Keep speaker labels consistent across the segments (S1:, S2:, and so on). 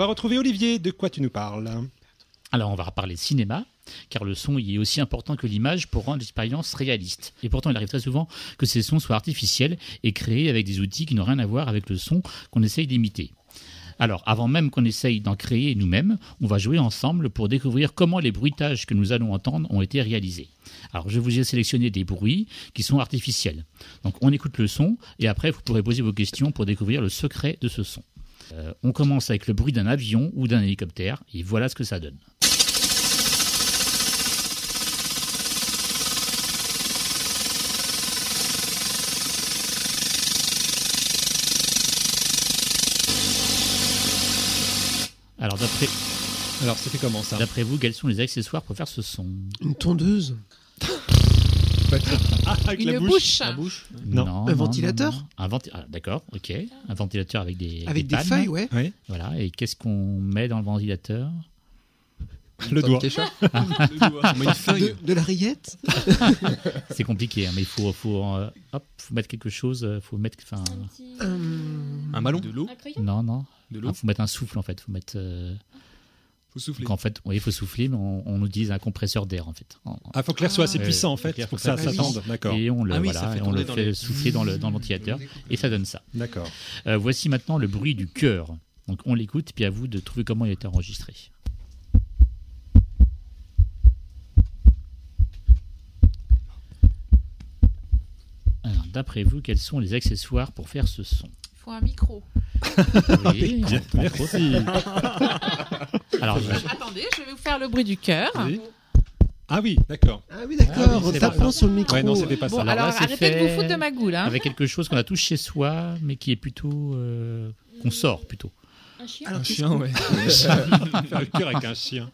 S1: retrouver Olivier. De quoi tu nous parles
S2: Alors, on va parler cinéma, car le son il est aussi important que l'image pour rendre l'expérience réaliste. Et pourtant, il arrive très souvent que ces sons soient artificiels et créés avec des outils qui n'ont rien à voir avec le son qu'on essaye d'imiter. Alors, avant même qu'on essaye d'en créer nous-mêmes, on va jouer ensemble pour découvrir comment les bruitages que nous allons entendre ont été réalisés. Alors, je vous ai sélectionné des bruits qui sont artificiels. Donc, on écoute le son et après, vous pourrez poser vos questions pour découvrir le secret de ce son. Euh, on commence avec le bruit d'un avion ou d'un hélicoptère et voilà ce que ça donne. Alors d'après
S1: Alors, ça fait comment ça
S2: d'après vous, quels sont les accessoires pour faire ce son
S3: Une tondeuse
S1: Ah, avec
S4: Une
S1: la
S4: bouche.
S1: bouche.
S3: La bouche
S1: Non.
S3: Un ventilateur
S2: Un venti- ah, D'accord, ok. Un ventilateur avec des,
S3: Avec des
S2: pannes.
S3: feuilles, ouais.
S1: Oui.
S2: Voilà, et qu'est-ce qu'on met dans le ventilateur
S1: Le doigt.
S5: Une feuille.
S3: Ah, De, de la rillette
S2: C'est compliqué, hein, mais il faut, faut, euh, hop, faut mettre quelque chose, euh, faut mettre... enfin,
S6: Un petit.
S2: Euh,
S3: Hum,
S5: Un ballon.
S7: De l'eau.
S6: Un crayon
S2: non, non, il
S7: De l'eau.
S2: faut mettre un souffle en fait, faut mettre... euh,
S7: Ah. Faut souffler.
S2: donc en fait, oui, il faut souffler, mais on, on utilise un compresseur d'air en fait. En-
S1: Ah, faut que l'air soit assez
S2: Ah.
S1: puissant en
S2: Faut que
S1: fait
S2: l'air
S1: pour que
S2: soit
S1: ça
S3: assez
S1: s'attende. D'accord.
S2: Et on le,
S7: Ah oui, ça
S2: voilà,
S7: fait
S2: et on le
S7: tourner dans
S2: fait
S7: les-
S2: souffler dans le dans le ventilateur et ça donne ça.
S1: D'accord.
S2: Euh, voici maintenant le bruit du cœur. Donc on l'écoute, puis à vous de trouver comment il a été enregistré. Alors, d'après vous, quels sont les accessoires pour faire ce son
S4: Il faut un micro.
S3: Ah,
S2: Oui, on- on trouve. Alors, je-
S4: Attendez, je vais vous faire le bruit du cœur.
S1: Vas-y. Ah oui, d'accord.
S3: Ah oui,
S2: Ah
S3: d'accord,
S2: oui, c'est
S3: tapons
S2: vrai.
S3: sur le micro.
S1: Ouais, non, c'était pas
S4: Bon,
S1: ça.
S2: alors
S4: alors,
S2: là, c'est
S4: arrêtez de
S2: fait.
S4: vous foutre de ma goule. Hein.
S2: avec quelque chose qu'on a tous chez soi, mais qui est plutôt euh, qu'on sort plutôt.
S6: Un chien
S3: Alors,
S7: Un
S3: qu'est-ce
S7: chien, ouais.
S1: Faire le cœur avec un chien.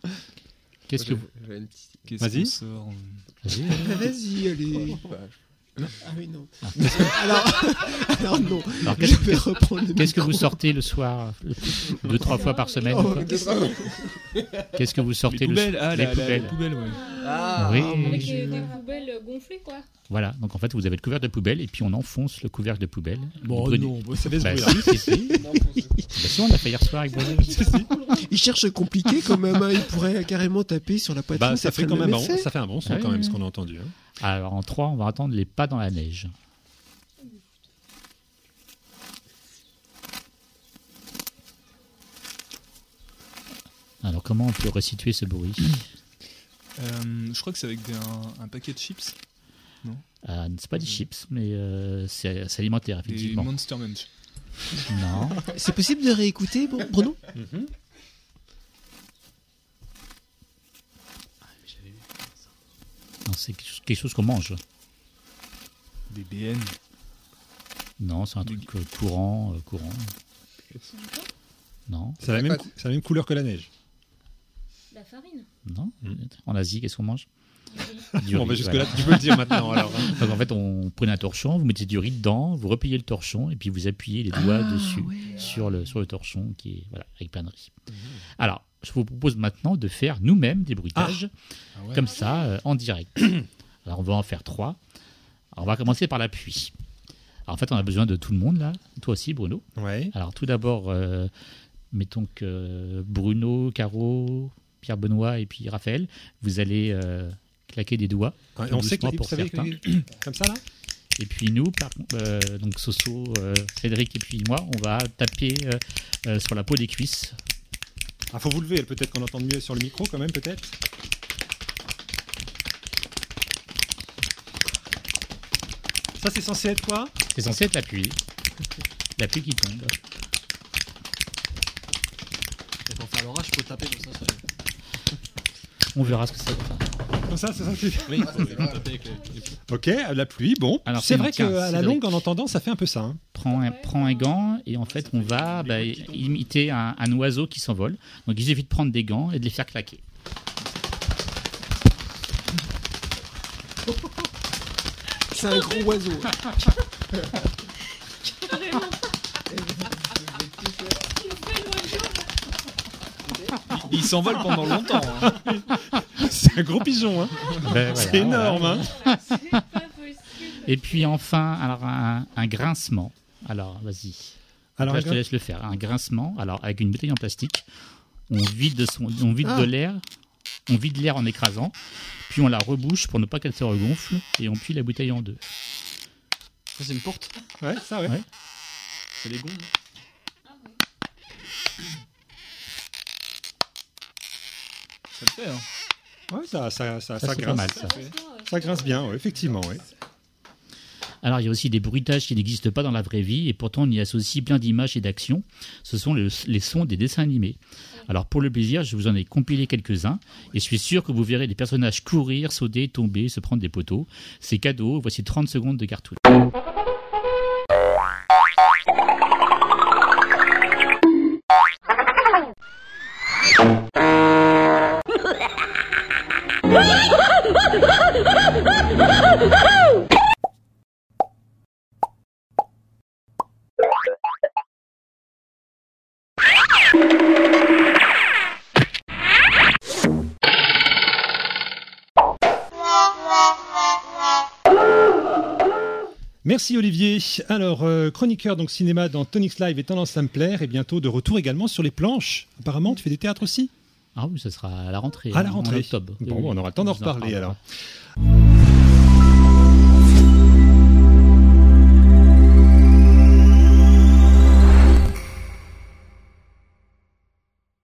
S2: Qu'est-ce que vous
S7: Qu'est-ce
S1: Vas-y.
S7: qu'on sort
S3: que-
S1: Oh,
S3: Vas-y, allez. Ah oui, non. alors, alors, non,
S2: Alors,
S3: je
S2: qu'est-ce-
S3: vais reprendre le
S2: Qu'est-ce que
S3: micro.
S2: vous sortez le soir Deux, trois fois par semaine
S3: Oh,
S2: quoi
S3: qu'est-ce que-
S2: Qu'est-ce que vous sortez
S7: Les poubelles.
S2: le soir
S7: Ah,
S2: Les
S7: la, la-
S2: poubelles.
S7: les poubelles, ouais.
S1: Ah.
S2: Ah, Oui.
S6: Ah. Avec euh, des poubelles gonflées, quoi.
S2: Voilà, donc en fait, vous avez le couvercle de poubelle et puis on enfonce le couvercle de poubelle.
S5: Bah,
S2: Vous prenez-
S1: Ça fait ce
S2: Bah,
S1: bruit-là.
S2: si, si, si. Bah, si, on l'a fait hier soir avec Bruno.
S3: Il cherche compliqué quand même, hein, il pourrait carrément taper sur la poitrine.
S1: Bah, ça fait
S3: ferait
S1: quand
S3: le
S1: même un,
S3: effet.
S1: ça fait un bon son
S2: Ah oui,
S1: quand même
S2: oui.
S1: ce qu'on a entendu. hein.
S2: Alors en 3, on va attendre les pas dans la neige. Alors comment on peut resituer ce bruit
S7: Euh, je crois que c'est avec des- un, un paquet de chips,
S2: Ah, C'est pas des chips, mais euh, c'est c'est alimentaire,
S7: des
S2: effectivement.
S7: Monster Munch.
S2: Non.
S3: C'est possible de réécouter, bon, Bruno
S2: Non, c'est quelque chose- quelque chose qu'on mange.
S7: Des BN.
S2: Non, c'est un
S7: Du-
S2: truc euh, courant, euh, courant. Non,
S1: C'est la, même cou- c'est la même couleur que la neige.
S6: La farine.
S2: non.
S1: Mm.
S2: En Asie, qu'est-ce qu'on mange Du
S1: Bon, bah,
S2: riz,
S1: jusque-là,
S2: voilà.
S1: tu peux le dire maintenant. Alors, hein.
S2: Donc en fait, on prenait un torchon, vous mettez du riz dedans, vous repliez le torchon et puis vous appuyez les doigts dessus sur le sur le torchon qui est voilà avec plein de riz. Alors, je vous propose maintenant de faire nous-mêmes des bruitages
S7: Ah ouais.
S2: comme ça euh, en direct. Alors on va en faire trois. Alors, on va commencer par la pluie. Alors, en fait, on a besoin de tout le monde là, toi aussi Bruno.
S1: Ouais.
S2: Alors tout d'abord, euh, mettons que euh, Bruno, Caro, Pierre Benoît et puis Raphaël, vous allez euh, claquer des doigts.
S1: Ouais, On sait que
S2: Doucement pour
S1: vous savez,
S2: certains.
S1: que- comme ça là.
S2: Et puis nous, par contre, euh, donc Soso, euh, Cédric et puis moi, on va taper euh, euh, sur la peau des cuisses.
S1: Ah, faut vous lever. Peut-être qu'on entend mieux sur le micro quand même. Peut-être. Ça c'est censé être quoi
S2: C'est censé être la pluie. La pluie qui tombe.
S5: Pour faire l'orage, je peux taper comme ça. sur les-
S2: On verra ce que c'est.
S1: Comme ça, c'est ça. que tu-
S5: Oui, je peux taper avec les-
S1: Ok, la pluie. Bon.
S2: Alors,
S1: c'est
S2: sinon,
S1: vrai
S2: tiens,
S1: qu'à la
S2: Cédric.
S1: longue, en entendant, ça fait un peu ça. hein.
S2: Prends un,
S6: Ouais.
S2: prends un gant et en fait, on va bah, imiter un, un oiseau qui s'envole. Donc il suffit de prendre des gants et de les faire claquer.
S3: C'est un gros oiseau.
S7: Ils s'envolent pendant longtemps. hein.
S1: C'est un gros pigeon. Hein.
S2: Ben, voilà,
S1: C'est énorme.
S2: voilà.
S1: Hein.
S6: C'est pas possible.
S2: Et puis enfin, alors un, un grincement. Alors, vas-y.
S1: Alors,
S2: Là, je te
S1: un
S2: laisse le faire. Un grincement, alors avec une bouteille en plastique, on vide de, son- on vide
S3: Ah.
S2: de l'air, on vide l'air en écrasant, puis on la rebouche pour ne pas qu'elle se regonfle et on plie la bouteille en deux.
S5: Ça, c'est une porte.
S1: Ouais, ça, ouais.
S2: Ouais.
S5: C'est les gonds.
S7: Ça le fait, hein.
S1: Ouais, ça, ça, ça,
S2: Ça,
S1: ça
S2: c'est pas
S1: grince.
S2: mal, ça.
S6: euh.
S1: Ça grince bien, ouais, effectivement, ouais.
S2: Alors, il y a aussi des bruitages qui n'existent pas dans la vraie vie, et pourtant on y associe plein d'images et d'actions. Ce sont le- les sons des dessins animés. Alors, pour le plaisir, je vous en ai compilé quelques-uns, et je suis sûr que vous verrez des personnages courir, sauter, tomber, se prendre des poteaux. C'est cadeau, voici 30 secondes de cartoon.
S1: Merci Olivier. Alors, euh, chroniqueur donc cinéma dans Tonix Live et Tendance à me plaire, et bientôt de retour également sur les planches. Apparemment, tu fais des théâtres aussi
S2: Ah oui, ça sera à la rentrée.
S1: À la
S2: en- en
S1: rentrée.
S2: octobre.
S1: Bon,
S2: Oui, oui.
S1: on aura le temps d'en
S2: Je vous en
S1: reparler,
S2: reparlerai.
S1: alors.